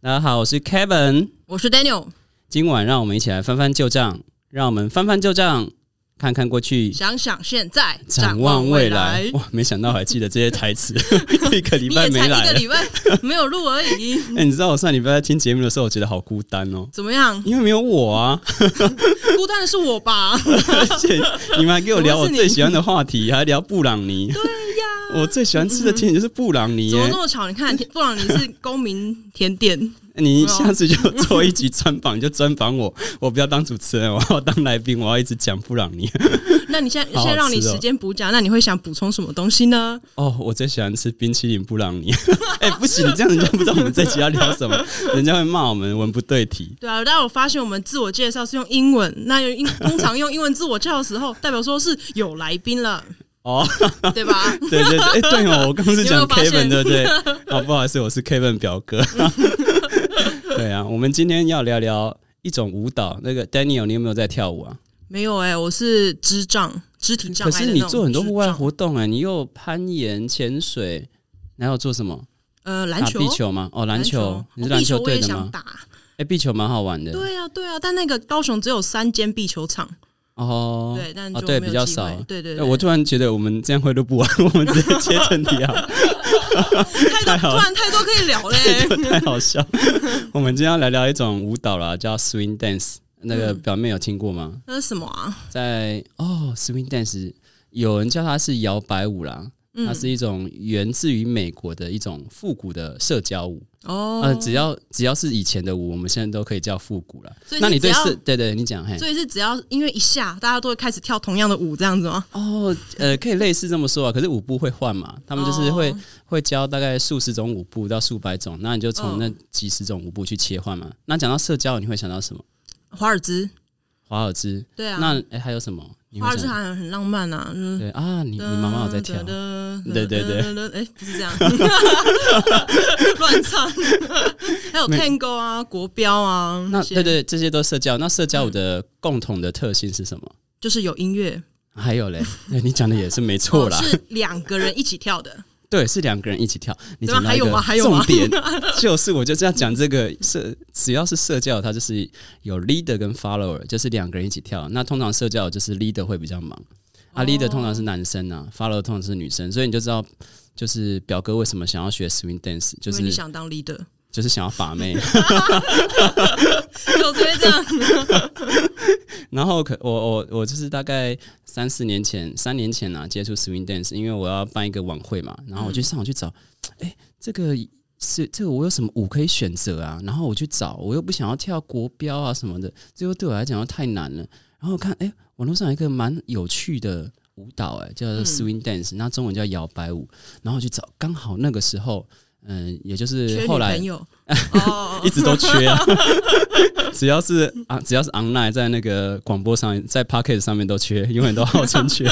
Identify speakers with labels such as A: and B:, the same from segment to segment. A: 大家好，我是 Kevin。
B: 我是 Daniel，
A: 今晚让我们一起来翻翻旧账，让我们翻翻旧账，看看过去，
B: 想想现在，
A: 展望未来。哇，没想到还记得这些台词，一个礼
B: 你
A: 拜
B: 也
A: 没
B: 才一
A: 来
B: 个
A: 了。
B: 礼拜 没有录而已，
A: 哎、你知道我上礼拜在听节目的时候，我觉得好孤单哦，
B: 怎么样？
A: 因为没有我啊。
B: 孤单的是 我吧？
A: 而且你们还给我聊我
B: 怎么是
A: 最
B: 你
A: 喜欢的话题，还聊布朗尼。对呀，我最喜欢吃的甜点就是布朗尼
B: 怎
A: 耶、
B: 么这么巧？你看，布朗尼是公民甜点，
A: 哎你下次就做一集专访，你就专访我。我不要当主持人，我要当来宾，我要一直讲布朗尼。
B: 那你现在
A: 好好
B: 现在让你
A: 吃哦
B: 时间补假，那你会想补充什么东西呢？
A: 哦，我最喜欢吃冰淇淋布朗尼。 哎、不行，你这样人家不知道我们这集要聊什么， 人家会骂我们文不对题。
B: 对啊，但我发现我们自我介绍是用英文，那用英 通常用英文自我介绍的时候，代表说是有来宾了，
A: 哦，
B: 对吧？
A: 对对对，哎、对哦，我刚刚是讲
B: 你有没有发现
A: Kevin 对不 对？哦，不好意思，我是 Kevin 表哥。 对啊，我们今天要聊聊一种舞蹈。那个 Daniel，你有没有在跳舞啊？
B: 没有哎、我是智障，肢体障
A: 可
B: 碍的那
A: 是
B: 种
A: 你做很多户外
B: 智障
A: 活动哎、你又攀岩、潜水，然后做什么？
B: 呃，篮
A: 打
B: 球、
A: 壁球吗？哦，篮球
B: 球，，
A: 你是
B: 哦
A: 篮
B: 壁球
A: 球
B: 我也
A: 队的吗
B: 想？打。
A: 哎、壁球蛮好玩的。
B: 对啊，对啊，但那个高雄只有三间壁球场，
A: 哦，
B: 对，但
A: 哦
B: 就
A: 对
B: 没有
A: 比较
B: 机会
A: 少
B: 对对
A: 哎我突然觉得我们这样会录不完， 我们直接切正题啊，
B: 哎
A: 太
B: 太
A: 好
B: 多
A: 了
B: 突然太多可以聊 嘞。
A: 太好笑。我们今天要来聊一种舞蹈啦，叫 swing dance。那
B: 嗯
A: 个表妹有听过吗？
B: 那是什么啊？
A: 在哦，swing dance 有人叫它是摇摆舞啦，它
B: 嗯，
A: 是一种源自于美国的一种复古的社交舞。
B: 哦，
A: 呃，只要只要是以前的舞，我们现在都可以叫复古了
B: 所。以
A: 那
B: 是
A: 你
B: 只
A: 对
B: 要
A: 是对对，你讲嘿。
B: 所以是只要因为一下，大家都会开始跳同样的舞这样子吗？
A: 哦，呃，可以类似这么说啊，可是舞步会换嘛，他们就是会、
B: 哦
A: 会教大概数十种舞步到数百种，那你就从
B: 嗯
A: 那几十种舞步去切换嘛。那讲到社交，你会想到什么？
B: 华尔兹，
A: 华尔兹，
B: 对啊，
A: 那、诶还有什么？你
B: 华
A: 会
B: 尔兹
A: 想
B: 好像很浪漫啊。嗯，
A: 对啊，你你妈妈有在跳
B: 噔，噔
A: 对对对
B: 噔噔噔哎，不是这样， 乱唱。 还有
A: 没
B: Tango 啊，国标啊，嗯
A: 那
B: 这些
A: 对，对，这些都社交。那社交舞的共同的特性是什么？
B: 就是有音乐，
A: 还有嘞， 诶你讲的也是没错
B: 哦
A: 啦，
B: 是两个人一起跳的。
A: 对，是两个人一起跳。你
B: 对吧啊
A: 讲到一
B: 还有吗还
A: 个
B: 有
A: 重
B: 吗
A: 点，就是我就是要讲这个社，只要是社交，它就是有 leader 跟 follower，就是两个人一起跳。那通常社交就是 leader 会比较忙，啊、
B: 哦
A: leader 通常是男生啊，follower 通常是女生，所以你就知道。就是表哥为什么想要学 swing dance，就
B: 因为你
A: 是
B: 想当 leader，
A: 就是想要把妹。
B: 就这样。
A: 然后可我我我就是大概三四年前，三年前啊接触 swing dance，因为我要办一个晚会嘛，然后我就
B: 嗯
A: 上网去找，哎、这个是这个我有什么舞可以选择啊？然后我去找，我又不想要跳国标啊什么的，这又对我来讲又太难了。然后我看，哎、网络上有一个蛮有趣的舞蹈、诶哎，叫做
B: 嗯
A: swing dance，、那中文叫摇摆舞。然后我去找，刚好那个时候，嗯，也就
B: 缺
A: 是
B: 女
A: 后来
B: 朋友哦，
A: 一直都缺啊， 只要是啊，只要是 online 在那个广播上，在 Pocket 上面都缺，永远都号称缺。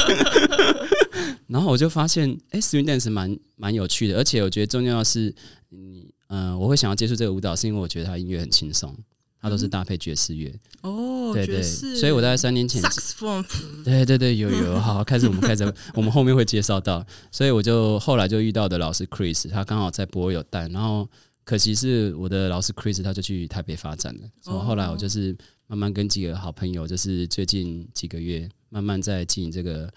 A: 然后我就发现，哎、s w i n g dance 蛮蛮有趣的，而且我觉得重要的是，你呃，我会想要接触这个舞蹈，是因为我觉得它音乐很轻松，它都是搭配爵士乐，
B: 哦，
A: 对对，
B: 爵士
A: 所以我在三年前
B: saxophone
A: 对对对，有 有，好，开始我们开始，我们后面会介绍到，所以我就后来就遇到的老师 Chris，他刚好在博尔有带，然后可惜是我的老师 Chris 他就去台北发展了，所以后来我就是慢慢跟几个好朋友，就是最近几个月慢慢在经营这个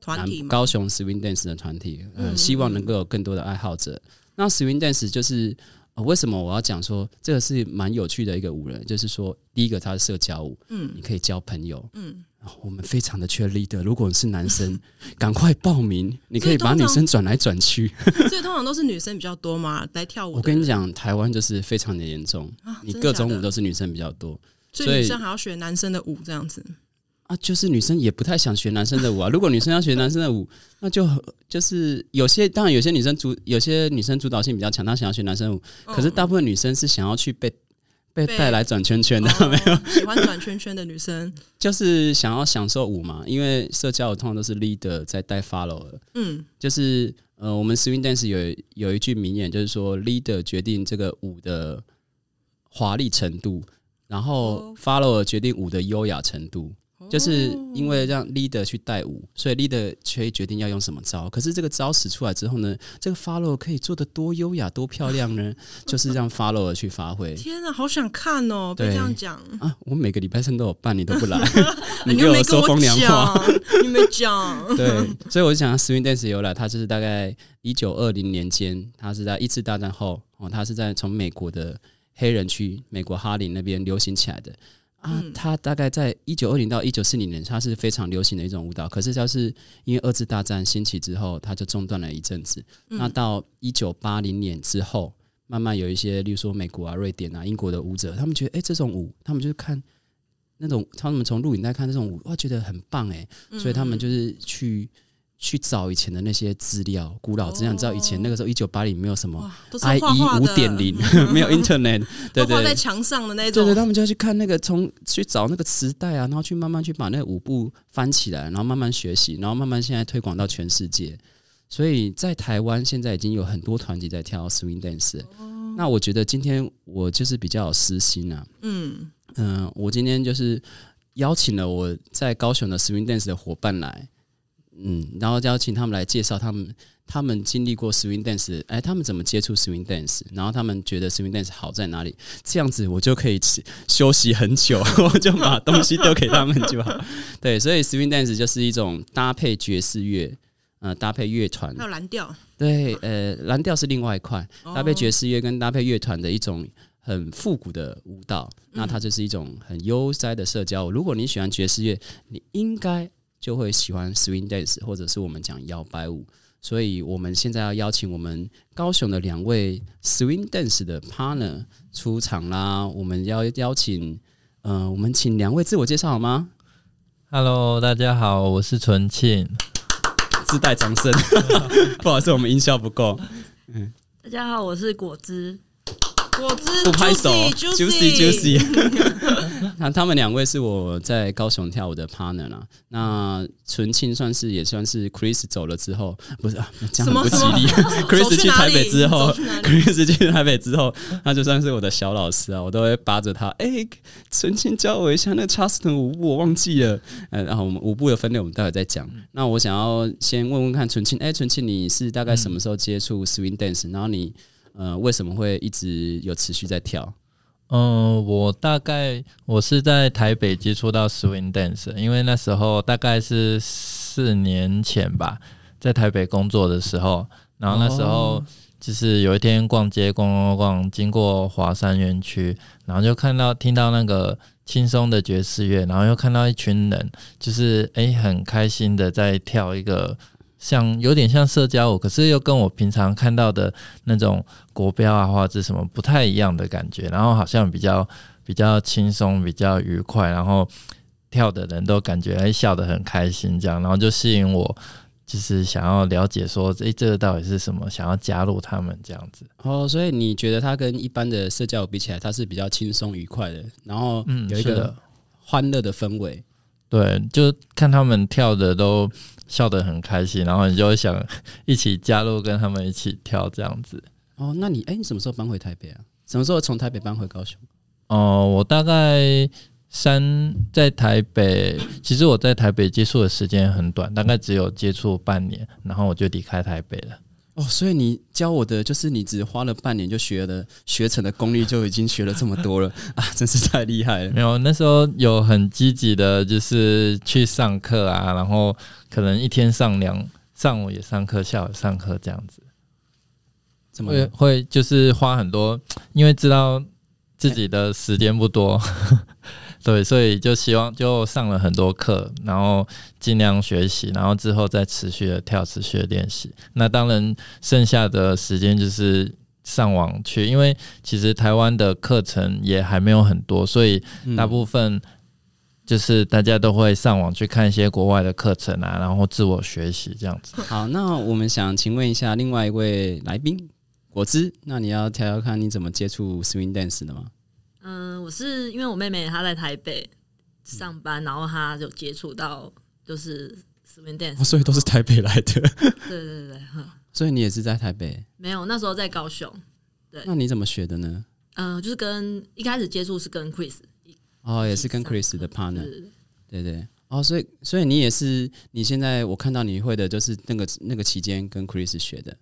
B: 团体嘛，
A: 高雄 swing dance 的团体，呃，
B: 嗯
A: 希望能够有更多的爱好者。那 swing dance 就是、呃为什么我要讲说这个是蛮有趣的一个舞人，就是说第一个它是社交舞，你
B: 嗯
A: 可以交朋友，
B: 嗯，
A: 我们非常的缺 leader，如果你是男生， 赶快报名，你可以把
B: 所以通
A: 女
B: 常
A: 生转来转去。
B: 所以通常都是女生比较多嘛，来跳舞。
A: 我跟你，讲，台湾就是非常的严重，
B: 啊
A: 你
B: 真
A: 各
B: 的
A: 种
B: 假的
A: 舞都是女生比较多
B: 所
A: 所以
B: 以女生还要学男生的舞这样子。
A: 啊，就是女生也不太想学男生的舞啊。如果女生要学男生的舞， 那就就是有些当然有些女生主有些女生主导性比较强，她想要学男生的舞，可
B: 哦
A: 是大部分女生是想要去被被
B: 嗯被哦
A: 带来转圈圈的，
B: 没有喜欢转圈圈的女生，
A: 就是想要享受舞嘛。因为社交舞通常都是 leader 在带 follower。
B: 嗯，
A: 就是呃，我们 swing dance 有有一句名言，就是说 leader 决定这个舞的华丽程度，然后
B: 哦
A: follower 决定舞的优雅程度。
B: 哦
A: 就是因为让 leader 去带舞，所以 leader 可以决定要用什么招。可是这个招使出来之后呢，这个 follow 可以做的多优雅、多漂亮呢？就是让 follow 去发 挥
B: 天啊，好想看哦！被
A: 对
B: 这样讲，
A: 啊！我每个礼拜三都有办，你都不来，
B: 你
A: 给
B: 又没跟
A: 说
B: 我
A: 风凉话。
B: 讲，你没讲。
A: 对，所以我就想 swing dance 由来，它就是大概一九二零年间，它是在一次大战后，哦，它是在从美国的黑人区，美国哈林那边流行起来的。啊，它大概在一九二零到一九四零年，它是非常流行的一种舞蹈。可是，它是因为二次大战兴起之后，它就中断了一阵子。那到一九八零年之后，慢慢有一些，例如说美国啊、瑞典啊、英国的舞者，他们觉得，哎、这种舞，他们就是看那种，他们从录影带看这种舞，哇，觉得很棒哎、
B: 嗯
A: 所以他们就是去去找以前的那些资料，古老资料，你知道以前那个时候一九八零没有什么
B: 哇，嗯都是
A: I
B: 画
A: E
B: 画
A: 五
B: 的，
A: 点 零，没有 Internet，对
B: 都画
A: 对
B: 在
A: 对。
B: 墙上的那
A: 对
B: 种
A: 对，。他们就要去看那个，从去找那个磁带啊，然后去慢慢去把那个舞步翻起来，然后慢慢学习，然后慢慢现在推广到全世界。所以在台湾现在已经有很多团体在跳 swing dance 了。
B: 哦
A: 那我觉得今天我就是比较有私心啊，
B: 嗯，
A: 嗯，我今天就是邀请了我在高雄的 swing dance 的伙伴来，嗯，然后邀请他们来介绍他们他们经历过 swing dance，哎，他们怎么接触 swing dance，然后他们觉得 swing dance 好在哪里，这样子我就可以吃休息很久， 我就把东西丢给他们就好。对，所以 swing dance 就是一种搭配爵士乐。呃，搭配乐团
B: 还，有蓝调，哦
A: 对，呃，蓝调是另外一块，搭配爵
B: 士，
A: 士乐跟搭配乐团的一种很复古的舞蹈，那它就是一种很悠哉的社交。如果你喜欢爵士乐，你应该就会喜欢 swing dance，或者是我们讲摇摆舞。所以我们现在要邀请我们高雄的两位 swing dance 的 partner 出场啦。我们要邀请，呃，我们请两位自我介绍好吗？
C: Hello，大家好，我是纯庆。
A: 自带掌声， 不好意思，我们音效不够。
D: 大家好，我是果汁。
B: 果汁
A: 不拍手
B: juicy
A: juicy。那 他们两位是我在高雄跳舞的 partner 啦。那纯庆算是也算是 Chris 走了之后，不是啊，这样很不吉利。Chris 去台北之后
B: 走去 哪里
A: ，Chris 去台北之后，他就算是我的小老师啊，我都会扒着他，哎、纯庆教我一下那个 Charleston 舞步，我忘记了。呃，然后我们舞步的分类我们待会再讲。
C: 嗯
A: 那我想要先问问看纯庆，哎、纯庆你是大概什么时候接触 swing dance？、然后你呃为什么会一直有持续在跳？
C: 嗯，我大概我是在台北接触到 swing dance，的因为那时候大概是四年前吧，在台北工作的时候，然后那时候
A: 哦
C: 就是有一天逛街逛逛逛，经过华山园区，然后就看到听到那个轻松的爵士乐，然后又看到一群人，就是诶很开心的在跳一个。像有点像社交舞，可是又跟我平常看到的那种国标啊或者是什么不太一样的感觉，然后好像比较比较轻松、比较愉快，然后跳的人都感觉哎笑得很开心这样，然后就吸引我，就是想要了解说哎这个到底是什么，想要加入他们这样子。
A: 哦，所以你觉得它跟一般的社交舞比起来，它是比较轻松愉快的，然后
C: 嗯，
A: 有一
C: 是
A: 个
C: 的
A: 欢乐的氛围。
C: 对，就看他们跳的都笑得很开心，然后你就会想 一起加入跟他们一起跳这样子。
A: 哦，那你哎、你什么时候搬回台北啊？什么时候从台北搬回高雄？
C: 哦，我大概三在台北，其实我在台北接触的时间很短，大概只有接触半年，然后我就离开台北了。
A: 哦，所以你教我的就是你只花了半年就学了学成的功力，就已经学了这么多了 啊，真是太厉害了！
C: 没有，那时候有很积极的，就是去上课啊，然后可能一天上两，上午也上课，下午上课这样子，
A: 怎么
C: 会
A: 了
C: 会就是花很多，因为知道自己的时间不多。 对，所以就希望就上了很多课，然后尽量学习，然后之后再持续的跳，持续的练习。那当然，剩下的时间就是上网去，因为其实台湾的课程也还没有很多，所以
A: 嗯
C: 大部分就是大家都会上网去看一些国外的课程啊，然后自我学习这样子。
A: 好，那我们想请问一下另外一位来宾果汁，那你要调调看你怎么接触 swing dance 的吗？
D: 嗯、我是因为我妹妹她在台北上班，然后她有接触到就是 swing dance，、
A: 哦，所以都是台北来的，
D: 对对对对，哼
A: 所以你也是在台北，
D: 没有那时候在高雄，
A: 那你怎么学的呢？
D: 嗯、就是跟一开始接触是跟 Chris，
A: 哦，也是跟 Chris 的
D: 对
A: partner，
D: 对对
A: 对对，哦，所以所以你也是，你现在我看到你会的就是那个那个期间跟 Chris 学的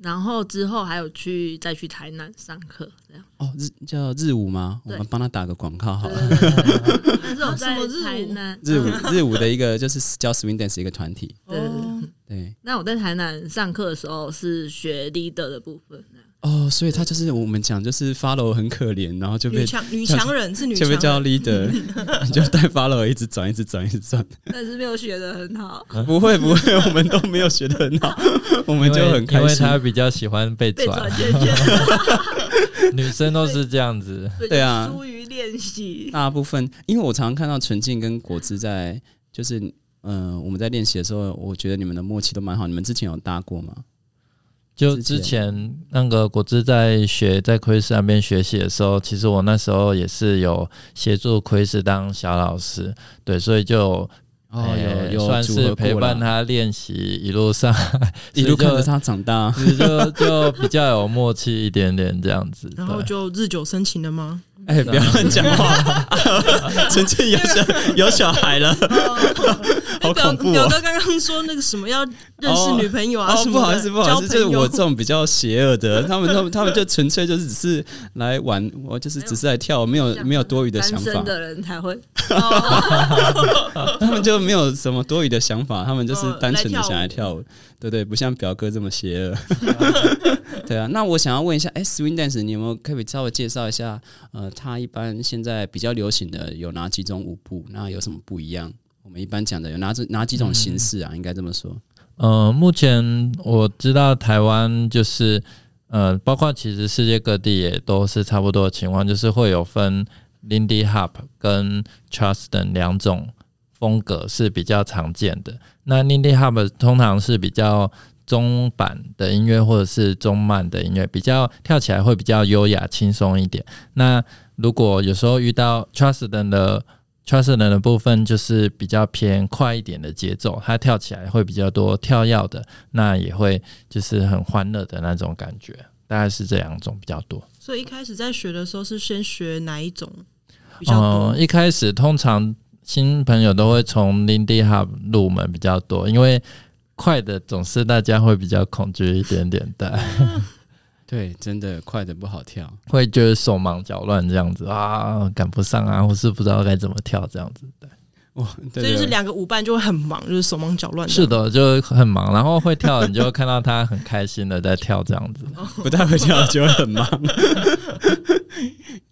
D: 然后之后还有去再去台南上课，这样。
A: 哦，日叫日舞吗？我
D: 对
A: 们帮他打个广告好
D: 对
A: 了。
D: 对对对对但是我
B: 啊什么
D: 在
B: 日舞
D: 台南 嗯
A: 日舞日舞的一个就是叫 swing dance 的一个团体，
D: 对对
B: 哦
D: 对
A: 对
D: 那我在台南上课的时候是学 leader 的部分，
A: 哦，所以他就是我们讲就是 follow 很可怜，然后就
B: 女
A: 被
B: 强女强人是女
A: 就
B: 强
A: 被叫
B: 人，
A: leader，你 就带 follow 一直转一直转一直转，
D: 但是没有学的很好，
C: 啊
A: 不会不会，我们都没有学的很 好，我
C: 我
A: 们就很
C: 因
A: 开
C: 为
A: 心。
C: 他比较喜欢被
D: 被
C: 转
D: 转，圈圈，
C: 女生都是这样子。
A: 对啊
D: 疏于练习。
A: 大部分，因为我常常看到纯净跟果汁在，就是嗯、呃我们在练习的时候，我觉得你们的默契都蛮好。你们之前有搭过吗？
C: 就
A: 之
C: 之前那个果汁在学在 Chris 那边学习的时候，其实我那时候也是有协助 Chris 当小老师，对，所以就
A: 哦，
C: 呃
A: 有有
C: 算
A: 组
C: 是
A: 合
C: 陪
A: 过
C: 伴
A: 啦，
C: 他练习一路上，
A: 一路看着
C: 所
A: 他长大。
C: 以就，就就比较有默契一点点这样 子。
B: 然后
C: 对
B: 就日久生情了吗？
A: 哎、不要乱讲话， 纯净有小有小孩了，好
B: 哎表
A: 恐怖
B: 表
A: 哦！
B: 哥刚刚说那个什么要认识女朋友啊
A: 哦，
B: 什么的，
A: 不好意思，不好意思，
B: 交
A: 就
B: 朋
A: 是
B: 友
A: 我这种比较邪恶的，他们他们他们就纯粹就是只是来玩，我就是只是来跳，没有没有多余的想
D: 单
A: 法
D: 身，的人才会，
A: 他们就没有什么多余的想法，他们就是
B: 哦
A: 单纯的想来
B: 来
A: 跳舞，对对，不像表哥这么邪 恶。对啊，那我想要问一下，哎、s w i n g dance 你有没有可不可以稍微介绍一下？呃，它一般现在比较流行的有哪几种舞步？那有什么不一样？我们一般讲的有哪几哪几种形式啊？应该这么说。
C: 呃，目前我知道台湾就是呃，包括其实世界各地也都是差不多的情况，就是会有分 Lindy Hop 跟 Charleston 两种风格是比较常见的。那 Lindy Hop 通常是比较中版的音乐或者是中慢的音乐，比较跳起来会比较优雅轻松一点。那如果有时候遇到 Charleston 的 t r a s t o n 的部分就是比较偏快一点的节奏，它跳起来会比较多跳跃的，那也会就是很欢乐的那种感觉，大概是这两种比较多。
B: 所以一开始在学的时候是先学哪一种比较多？
C: 嗯
A: 哦
C: 一开始通常新朋友都会从 Lindy Hub 入门比较多，因为快的总是大家会比较恐惧一点点的，
A: 对，真的快的不好跳。
C: 会觉得手忙脚乱这样子啊，赶不上啊，或是不知道该怎么跳这 样子。
B: 啊
A: 哇，对
B: 所以就是
A: 对
B: 两个舞伴就会很忙，就是手忙脚乱。
C: 是，的，就很忙，然后会跳，你就会看到他很开心的在跳这样子。
A: 不太会跳就会很忙。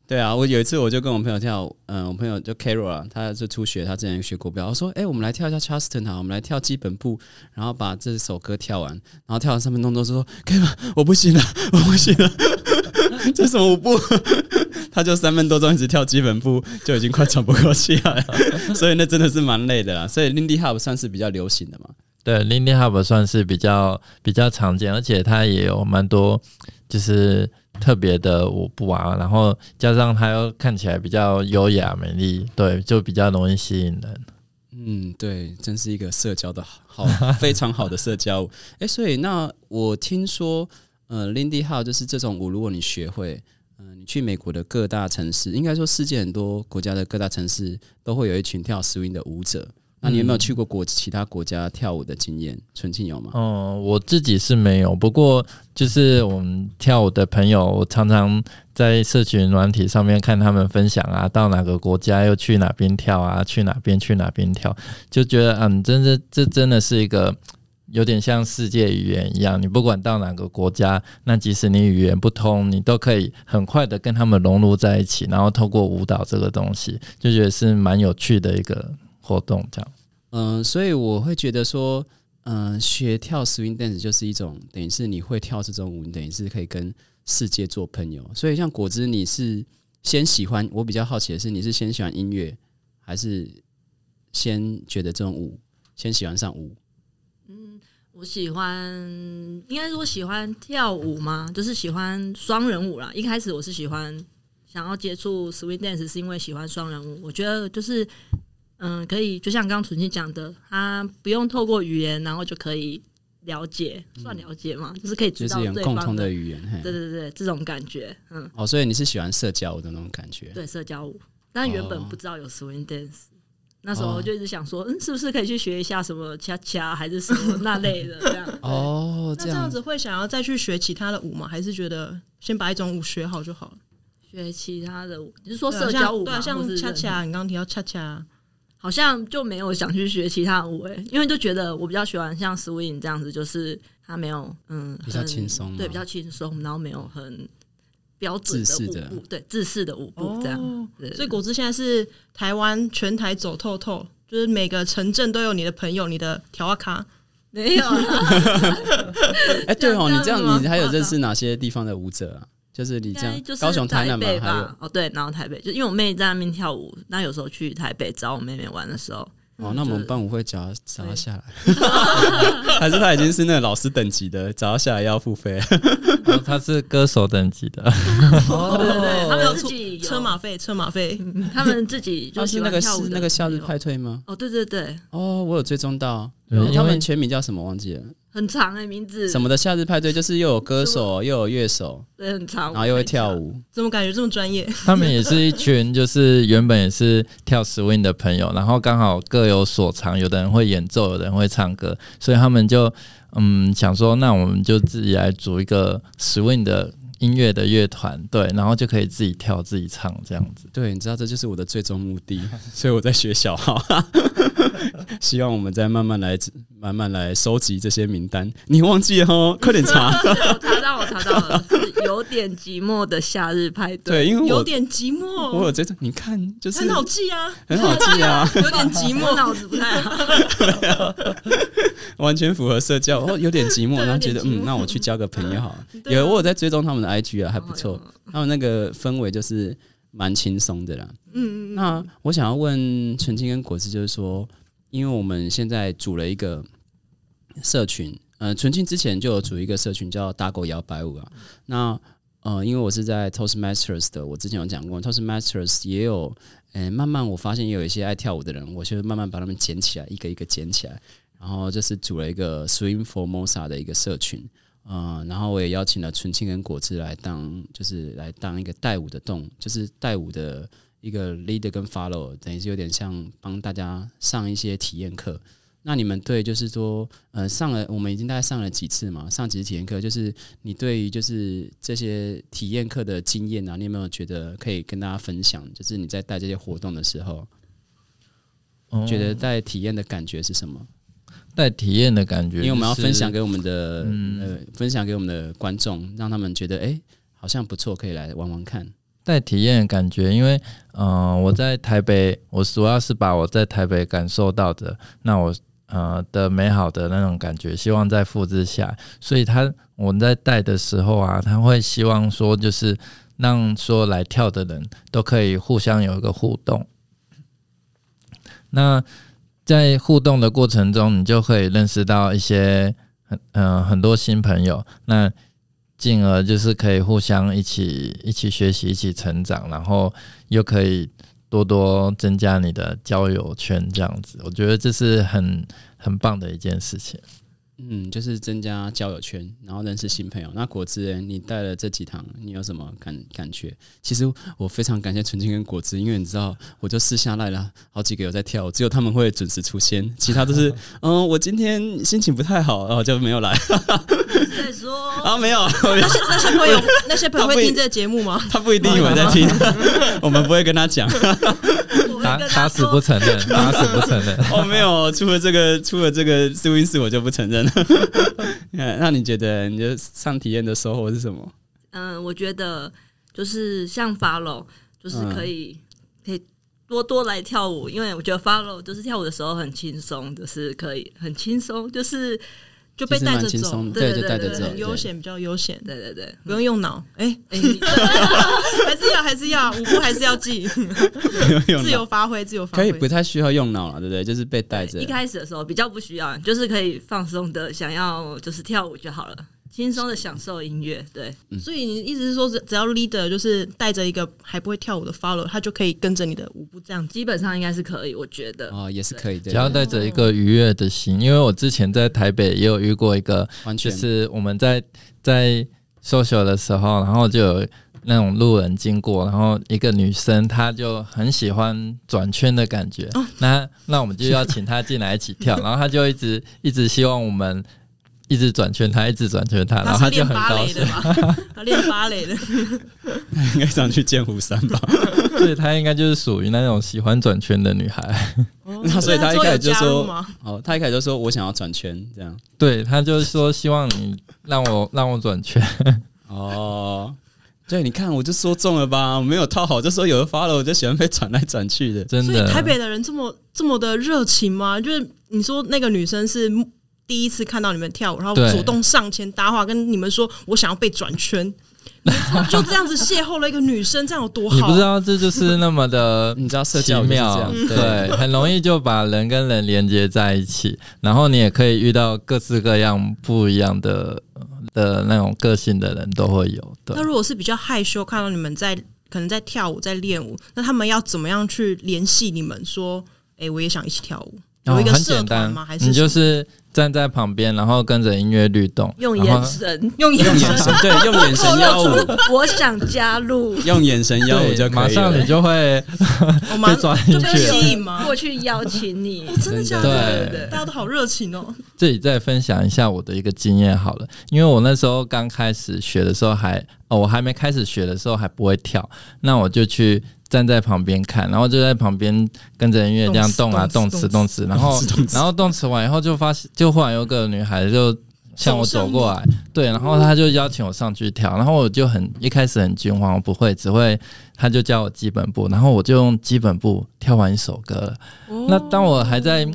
A: 对啊，我有一次我就跟我朋友跳，嗯，我朋友就 Carol 啊，他就初学，他之前学国标，我说，哎、我们来跳一下 Charleston 啊，我们来跳基本步，然后把这首歌跳完，然后跳完三分钟之后说，可以吗？我不行了，我不行了， 这什么舞步？ 他就三分多钟一直跳基本步，就已经快喘不过气来了， 所以那真的是蛮累的啦。所以 Lindy Hop 算是比较流行的嘛。
C: 对，Lindy Hub 算是比较比较常见，而且它也有蛮多就是特别的舞步啊，然后加上它又看起来比较优雅美丽，对，就比较容易吸引人。
A: 嗯，对，真是一个社交的好，好非常好的社交舞。哎、所以那我听说，呃，Lindy Hop 就是这种舞，如果你学会，嗯、你去美国的各大城市，应该说世界很多国家的各大城市都会有一群跳 swing 的舞者。那你有没有去过国其他国家跳舞的经验？纯庆有吗？
C: 嗯，我自己是没有，不过就是我们跳舞的朋友，我常常在社群软体上面看他们分享啊，到哪个国家又去哪边跳啊，去哪边去哪边跳，就觉得嗯，真的这真的是一个有点像世界语言一样，你不管到哪个国家，那即使你语言不通，你都可以很快的跟他们融入在一起，然后透过舞蹈这个东西，就觉得是蛮有趣的一个活动，这样。
A: 嗯、所以我会觉得说，嗯、学跳 swing dance 就是一种，等于是你会跳这种舞，你等于是可以跟世界做朋友。所以像果汁，你是先喜欢，我比较好奇的是，你是先喜欢音乐，还是先觉得这种舞，先喜欢上舞？
D: 我喜欢，应该是我喜欢跳舞嘛，就是喜欢双人舞啦。一开始我是喜欢想要接触 swing dance，是因为喜欢双人舞。我觉得就是，嗯、可以就像刚刚纯庆讲的，他不用透过语言，然后就可以了解，算了解嘛，就是可以
A: 就
D: 知道
A: 嗯是有
D: 对
A: 共
D: 方
A: 同
D: 的
A: 的，语言，
D: 对
A: 嘿。
D: 对对，这种感觉，嗯，
A: 哦，所以你是喜欢社交的那种感觉。
D: 对，社交舞。但原本
A: 哦
D: 不知道有 swing dance，那时候就一直想说，嗯，是不是可以去学一下什么恰恰还是什么那类的这样？
A: 哦，
B: 那
A: 这
B: 这
A: 样
B: 样子会想要再去学其他的舞吗？还是觉得先把一种舞学好就好了？
D: 学其他的舞，你是说
B: 对啊
D: 社交
B: 像
D: 舞
B: 对
D: 吗？
B: 啊，
D: 或是
B: 像恰
D: 人
B: 恰，你刚刚提到恰恰，
D: 好像就没有想去学其他舞诶、因为就觉得我比较喜欢像 swing 这样子，就是它没有嗯
A: 比较
D: 很
A: 轻松吗
D: 对，比较轻松，然后没有很标准
A: 自式
D: 舞
A: 的
D: 步，对，自式的舞步这样。
B: 哦
D: 对
B: 所以果汁现在是台湾全台走透透，就是每个城镇都有你的朋友，你的条啊卡。
D: 没有啊啦，
A: 哎，对哦，你这
D: 这样
A: 样
D: 吗
A: 你还有认识哪些地方的舞者啊？就是你
D: 应
A: 这
D: 该
A: 样
D: 就，是
A: 高雄、台南吧
D: 台北，
A: 还有
D: 吧。哦，对，然后台北，就因为我妹在那边跳舞，那有时候去台北找我妹妹玩的时候，
A: 哦，那我们办舞会找他找他下来， 还是他已经是那个老师等级的，找他下来要付费？
C: 然后他是歌手等级的，
D: 对对对，他们有
B: 出
D: 哦自己有嗯
B: 车马费，车马费。
D: 他们自己就
A: 他是
D: 喜
A: 那
D: 欢
A: 个
D: 跳舞
A: 是
D: 的
A: 那个夏日
D: 朋友
A: 派对吗？
D: 哦，对对对，
A: 哦，我有追踪到，
C: 对因为
A: 他们全名叫什么忘记了？
D: 很长哎、名字
A: 什么的夏日派对，就是又有歌手，又有乐手，
D: 对很长，
A: 然后又会跳。舞。
B: 怎么感觉这么专业？
C: 他们也是一群，就是原本也是跳 swing 的朋友，然后刚好各有所长，有的人会演奏，有的人会唱歌，所以他们就嗯想说，那我们就自己来组一个 swing 的音乐的乐团，对，然后就可以自己跳自己唱这样子。
A: 对，你知道这就是我的最终目 的，所以我在学小号， 希望我们再慢慢来，慢慢来收集这些名单。你忘记了哦，快点 查。
D: 对我查到，我查到了，是有点寂寞的夏日派对，
A: 对，因为
B: 有
A: 我
B: 点寂
D: 哦
A: 我有
B: 寞，
A: 追踪，你看就是
B: 很好记啊，
A: 很好记啊，
B: 有点寂
D: 我
B: 寞。
D: 脑子不太好。
A: 完全符合社 交，哦，有点寂寞，
B: 对
A: 然后觉
B: 有
A: 得
B: 点寂寞
A: 嗯，那我去交个朋友好了。
B: 对啊嗯
A: 有我有在追踪他们的 IG 啊，还不错
D: 哦，
A: 他们那个氛围就是蛮轻松的啦。
B: 嗯嗯嗯，
A: 那我想要问纯青跟果汁，就是说，因为我们现在组了一个社群，呃，纯青之前就有组一个社群叫大狗摇摆舞啊。
B: 嗯
A: 那呃，因为我是在 Toastmasters 的，我之前有讲过，Toastmasters 也有，嗯、慢慢我发现也有一些爱跳舞的人，我就慢慢把他们捡起来，一个一个捡起来，然后就是组了一个 Swim Formosa 的一个社群。嗯，然后我也邀请了纯青跟果汁来当，就是来当一个带舞的动，就是带舞的一个 leader 跟 follow，等于是有点像帮大家上一些体验课。那你们对就是说，呃，上了我们已经大概上了几次嘛？上几次体验课，就是你对于就是这些体验课的经验啊，你有没有觉得可以跟大家分享？就是你在带这些活动的时候，
C: 嗯
A: 觉得带体验的感觉是什么？
C: 带体验的感觉，
A: 因为我们要
C: 就是
A: 分享给我们的、呃，分享给我们的观众，让他们觉得哎、诶好像不错，可以来玩玩看。
C: 带体验的感觉，因为嗯、呃我在台北，我主要是把我在台北感受到的，那我呃的美好的那种感觉，希望再复制下来。所以他我们在带的时候啊，他会希望说，就是让说来跳的人都可以互相有一个互动。那在互动的过程中，你就可以认识到一些很呃很多新朋友。那进而就是可以互相一起一起学习、一起成长，然后又可以多多增加你的交友圈，这样子，我觉得这是很很棒的一件事情。
A: 嗯，就是增加交友圈，然后认识新朋友。那果汁人，你带了这几堂，你有什么感感觉？其实我非常感谢纯青跟果汁，因为你知道，我就私下赖了好几个有在跳舞，只有他们会准时出现，其他都是嗯，我今天心情不太好，然后就没有来
D: 再说，
A: 啊，没有，没有
B: 那些朋友，那些朋友
A: 他不
B: 会
A: 一
B: 听这个节目吗？
A: 他不一定有在听， 我们不会跟他讲。
D: 我会
C: 打
D: 跟
C: 打
D: 她
C: 死
D: 说
C: 不承认，打死不承认。
A: 哦，没有，出了这个，出了这个试音室，我就不承认了。 嗯那你觉得，你觉得上体验的收获是什么？
D: 嗯，我觉得就是像 follow，就是可以、
A: 嗯
D: 可以多多来跳舞，因为我觉得 follow 就是跳舞的时候很轻松，就是可以很轻松，就是
B: 就被
A: 其实
B: 带
A: 蛮
B: 着
A: 轻
B: 走
A: 松，的，
D: 对
A: 对，
D: 对
A: 带
D: 对
A: 着
D: 对
A: 走，
B: 很悠闲，比较悠闲，
D: 对对对，
B: 不用用脑。哎，
D: 哎、你
B: 还是要，还是要，舞步还是要记，
A: 对，不用
B: 自
A: 脑
B: 由发挥，自由发
A: 可
B: 挥
A: 以。不太需要用脑了，对不对？就是被带着
D: 一。开始的时候比较不需要，就是可以放松的，想要就是跳舞就好了，轻松的享受音乐。对，
B: 所以你意思是说，只只要 leader 就是带着一个还不会跳舞的 follow，他就可以跟着你的舞步这样子。
D: 基本上应该是可以，我觉得。
A: 哦，也是可以的，
C: 只要带着一个愉悦的心，因为我之前在台北也有遇过一个
A: 完
C: 就
A: 全
C: 是我们在在 social 的时候，然后就有那种路人经过，然后一个女生她就很喜欢转圈的感觉，
B: 哦
C: 那那我们就要请她进来一起 跳，然后她就一直一直希望我们一直转圈她，一直转圈她，然后
B: 他
C: 她
B: 是
C: 就
B: 练
C: 很
B: 芭
C: 高
B: 蕾
C: 兴
B: 的， 吧？他练芭蕾的，
A: 应该上去剑湖山 吧？
C: 所以她应该就是属于那种喜欢转圈的女孩，
A: 那所以他一开始就
B: 那最后有加
A: 说
B: 入吗，
A: 哦，他一开始就说我想要转圈这样。
C: 对，她就是说希望你让我让我转圈，
A: 哦，对，你看我就说中了吧，我没有套好，就说有人发了，我就喜欢被转来转去的。
C: 真
B: 所以
C: 的，
B: 台北的人这么这么的热情吗？就是你说那个女生是第一次看到你们跳舞，然后
C: 对
B: 主动上前搭话，跟你们说我想要被转圈，你们就这样子邂逅了一个女生，这样有多
C: 你不
B: 好
C: 知？道这就是那 么的
A: 你知道社
C: 奇
A: 交就是这
C: 妙
A: 样，，
B: 嗯
C: 对，很容易就把人跟人连接在一起，然后你也可以遇到各式各样不一样的的那种个性的人都会有，对
B: 那，如果是比较害羞，看到你们在可能在跳舞、在练舞，那他们要怎么样去联系你们？说，哎、我也想一起跳舞，有一个
C: 哦很
B: 社
C: 简
B: 团
C: 单
B: 吗？还，是
C: 你就
B: 什
C: 是站在旁边，然后跟着音乐律动，
D: 用
C: 然
D: 眼
C: 后
D: 神
B: 么用眼
A: 用
B: 神
A: 眼神对，用眼 神邀
D: 露
A: 我，
D: 出我想加入，
A: 用眼神邀我
C: 对，
A: 就
C: 马
A: 可以
C: 上你
A: 了。
C: 就会
B: 我们
C: 被抓进
B: 就
C: 去
B: 被
D: 就是
B: 吸引吗
D: 过？去邀请你
B: 哦，真的假
C: 对
B: 的？大家都好热情哦！
C: 这里再分享一下我的一个经验好了，因为我那时候刚开始学的时候还，哦，我还没开始学的时候还不会跳，那我就去站在旁边看，然后就在旁边跟着音乐这样动啊
B: 动
C: 动
B: 词
C: 词动词，然后然后动词完以后就发现，就忽然有个女孩就向我走过来，对，然后她就邀请我上去跳，然后我就很一开始很惊慌，我不会，只会，她就教我基本步，然后我就用基本步跳完一首歌了。那当我还在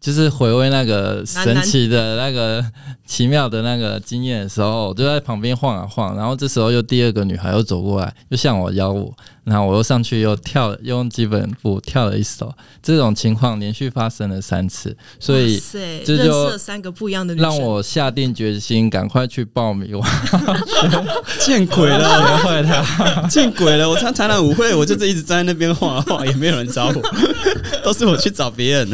C: 就是回味那个神奇的那个奇妙的那个经验的时候，我就在旁边晃啊晃，然后这时候又第二个女孩又走过来，又向我邀我，然后我又上去又跳了，又用基本步跳了一首。这种情况连续发生了三次，所
B: 哇
C: 以
B: 塞
C: 这就
B: 认识了三个不一样的女生，
C: 让我下定决心赶快去报名，我
A: 见鬼了，
C: 学会它。
A: 见鬼了！我参展览舞会，我就是一直站在那边晃啊晃，也没有人找我， 都是我去找别 人。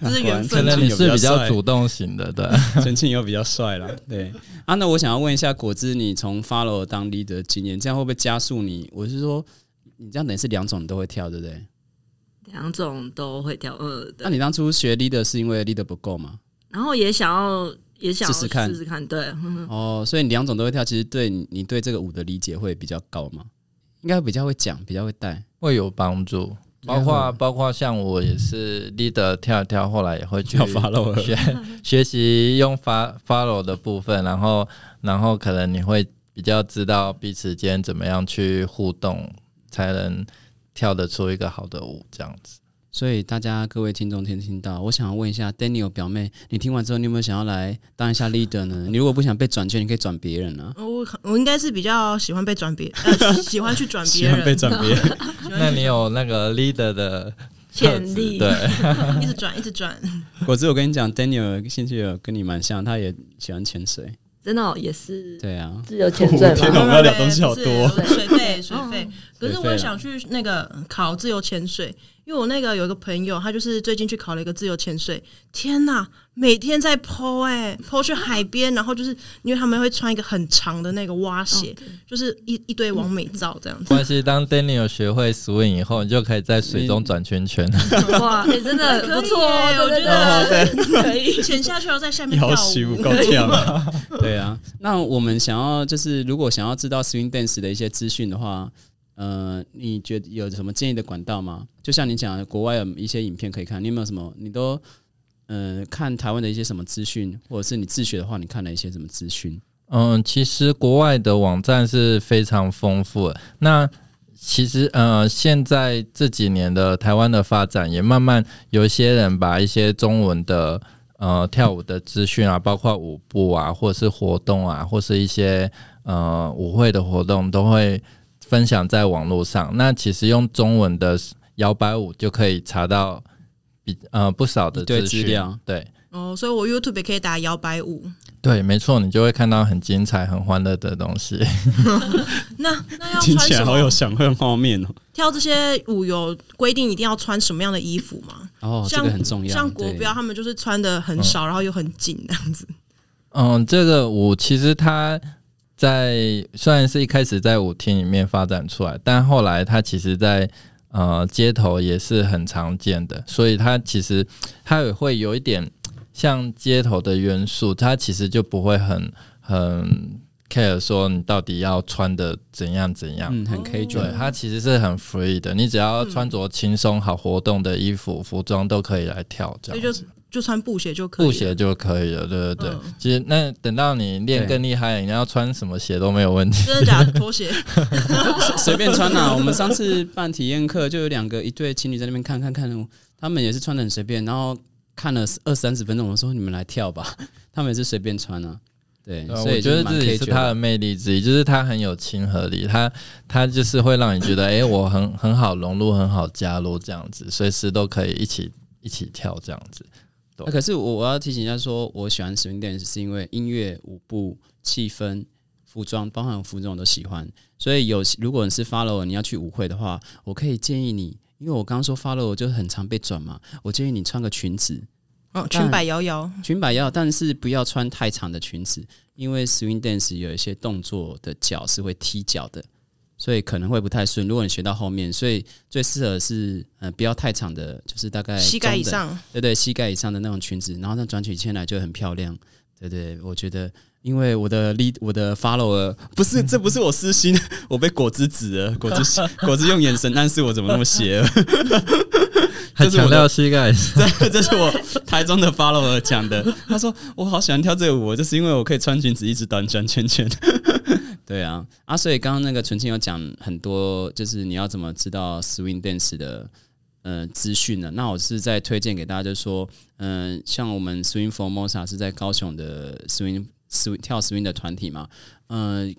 B: 这是
A: 可
B: 缘
C: 可
B: 分
A: 能
C: 能
A: 你
C: 你
A: 是
C: 是
A: 比
C: 比
A: 较
C: 较
A: 主
C: 主动型的，对。
A: 陈庆又比较帅啦，对啊。那我想要问一下果汁，你从 follow 当 leader 的经验，这样会不会加速你？我是说，你这样等于是两种你都会跳，对不对？
D: 两种都会跳，呃，
A: 那
D: 对
A: 你当初学 leader 是因为 leader 不够吗？
D: 然后也想要也想要
A: 试试看
D: 试试看，对， 嗯
A: 哦，所以你两种都会跳，其实对你你对这个舞的理解会比较高吗？应该比较会讲，比较会带。
C: 会有帮助。包括包括像我也是 leader 跳一跳，后来也会去
A: 要 follow 了
C: 学 学习用 fo- follow 的部分，然后然后可能你会比较知道彼此间怎么样去互动，才能跳得出一个好的舞这样子。
A: 所以大家各位听众听听到，我想要问一下 Daniel 表妹，你听完之后，你有没有想要来当一下 leader 呢？你如果不想被转圈，你可以转别人 啊。
B: 呃我我应该是比较喜欢被转别， 呃，喜欢去转别人，
A: 转别人，
C: 那你有那个 leader 的特
D: 潜
C: 质
D: 力
C: 对，
B: 一直转一直转。
A: 果 汁，我跟你讲，Daniel 兴趣有跟你蛮像，他也喜欢潜水。
D: 真的哦也是
A: 对啊，
D: 自由潜水
A: 天哪我们
D: 嘛，
A: 要聊东西好多
B: 对对对水费水费。可是
A: 水费
B: 我也
A: 啦
B: 想去那个考自由潜水，因为我那个有一个朋友，他就是最近去考了一个自由潜水。天哪，每天在剖哎剖去海边，然后就是因为他们会穿一个很长的那个蛙鞋，
A: 哦
B: 就是一一堆完美照这 样子。
C: 关系当 Daniel 学会 swing 以后，你就可以在水中转圈圈。
D: 哇，哎，真的
B: 可以
D: 不错哦，
B: 耶我
D: 对
B: 觉
D: 不
B: 得
D: 对可以。
B: 潜下去然后在下面跳舞，
A: 够跳啊！ 对啊，那我们想要就是，如果想要知道 swing dance 的一些资讯的话，呃，你觉得有什么建议的管道吗？就像你讲的，国外有一些影片可以看，你有没有什么？你都呃看台湾的一些什么资讯，或者是你自学的话，你看了一些什么资讯？
C: 嗯，其实国外的网站是非常丰富的。那其实呃，现在这几年的台湾的发展，也慢慢有一些人把一些中文的呃跳舞的资讯啊，包括舞步啊，或是活动啊，或是一些呃舞会的活动，都会分享在网络上。那其实用中文的摇摆舞就可以查到比呃不少的
A: 一堆
C: 资
A: 资
C: 讯
A: 料，
C: 对。
B: 哦，所以我 YouTube 也可以打摇摆舞。
C: 对，没错，你就会看到很精彩、很欢乐的东西。
B: 那那要穿什么？
A: 想象画面哦。
B: 跳这些舞有规定一定要穿什么样的衣服吗？
A: 哦，这
B: 像
A: 个很重要。
B: 像国
A: 对
B: 标，他们就是穿的很少，然后又很紧这样子。
C: 嗯，这个舞其实它在虽然是一开始在舞厅里面发展出来，但后来它其实在呃街头也是很常见的，所以它其实它也会有一点像街头的元素，它其实就不会很很 care 说你到底要穿的怎样怎样。
A: 嗯，很 K
C: 对，
A: 准，
C: 它其实是很 free 的，你只要
B: 嗯
C: 穿着轻松、好活动的衣服、服装都可以来跳，这
B: 所以
C: 样
B: 就
C: 子
B: 就穿布鞋就可以了。
C: 布 鞋就可以了，对对对。
B: 嗯
C: 其实那等到你练更厉害，你要穿什么鞋都没有问题。
B: 真的假的？拖鞋
A: 随便穿啊啦、我们上次办体验课，就有两个一对情侣在那边看看看，他们也是穿的很随便，然后看了二三十分钟，我说你们来跳吧， 他们也是随便穿啊。对，
C: 呃
A: 所
C: 我
A: 以
C: 觉得这也
A: 己
C: 是它的魅力之一，就是它很有亲和力，它它就是会让你觉得，哎、我很很好融入，很好加入这样子，随时都可以一起一起跳这样子。
A: 啊可是我我要提醒一下说，我喜欢 swing dance 是因为音乐、舞步、气氛、服装，包含服装我都喜欢。所以有如果你是 follow，你要去舞会的话，我可以建议你，因为我刚刚说 follow 就很常被转嘛，我建议你穿个裙子，
B: 哦，裙摆摇摇，
A: 裙摆要，但是不要穿太长的裙子，因为 swing dance 有一些动作的脚是会踢脚的，所以可能会不太顺。如果你学到后面，所以最适合是呃不要太长的，就是大概
B: 膝盖以
A: 中等
B: 上，
A: 对对，膝盖以上的那种裙子，然后那转起圈来就很漂亮。对对，我觉得，因为我的 lead 我的 follower 不是，这不是我私心， 我被果汁指了，果汁果汁用眼神暗示我怎么那么邪恶，
C: 还
A: 这是我
C: 强
A: 的
C: 调膝盖，
A: 这这是我台中的 follower 讲的，他说我好喜欢跳这个舞哦，就是因为我可以穿裙子一直短转圈圈。 对啊，啊，所以刚刚那个纯青有讲很多，就是你要怎么知道 swing dance 的呃资讯呢？那我是在推荐给大家，就是说，嗯、像我们 swing formosa 是在高雄的 swing swing 跳 swing 的团体嘛，嗯、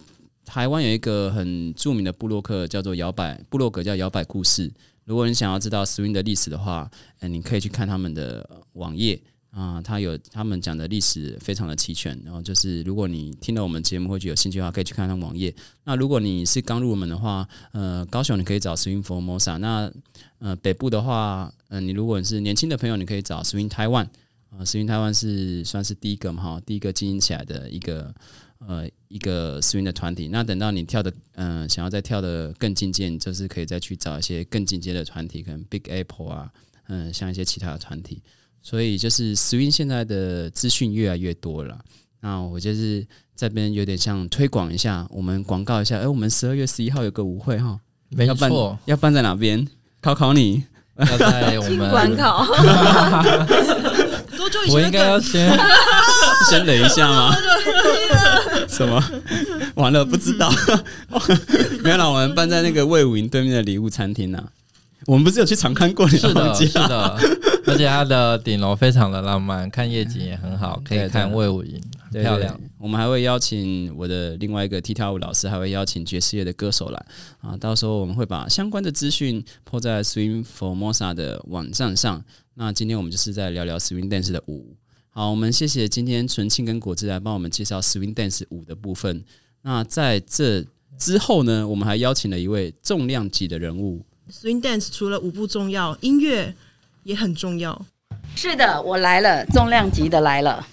A: 台湾有一个很著名的部落客叫做摇摆部落格，叫摇摆故事。如果你想要知道 swing 的历史的话，嗯，你可以去看他们的网页啊，他有他们讲的历史非常的齐全。然后就是，如果你听了我们节目会觉得有兴趣的话，可以去看他们网页。那如果你是刚入门的话，呃，高雄你可以找 Swing Formosa，那呃北部的话，嗯、你如果你是年轻的朋友，你可以找 Swing Taiwan。啊，Swing Taiwan 是算是第一个嘛哈，第一个经营起来的一个呃一个 Swing 的团体。那等到你跳的嗯、呃想要再跳的更进阶，你就是可以再去找一些更进阶的团体，可能 Big Apple 啊，嗯，像一些其他的团体，所以就是 Swing 现在的资讯越来越多了啦。那我就是这边有点像推广一下，我们广告一下，哎、我们十二月十一号有个舞会哈，
C: 没
A: 要办
C: 错，
A: 要办在哪边？考考你，
C: 要在我
D: 尽管
C: 们，
D: 考，
B: 多久以
C: 我
B: 前
C: 应
B: 的
C: 该要
B: 梗？
C: 先
A: 先忍一下吗？什么？完了，不知道。没有啦，我们办在那个魏武营对面的礼物餐厅呐。我们不是有去常看过你
C: 是
A: 忘
C: 的，
A: 记
C: 是
A: 了
C: 的，而且它的顶楼非常的浪漫，看夜景也很好，可
A: 对嗯
C: 以
A: 对
C: 看魏武营，很
A: 对
C: 漂。
A: 对
C: 亮。
A: 对我们还会邀请我的另外一个踢踏舞老师，还会邀请爵士乐的歌手来啊。到时候我们会把相关的资讯抛在 Swing Formosa 的网站上。那今天我们就是在聊聊 Swing Dance 的舞。好，我们谢谢今天纯庆跟果汁来帮我们介绍 Swing Dance 舞的部分。那在这之后呢，我们还邀请了一位重量级的人物，
B: swing dance 除了舞步重要，音乐也很重要。
E: 是的，我来了，重量级的来了。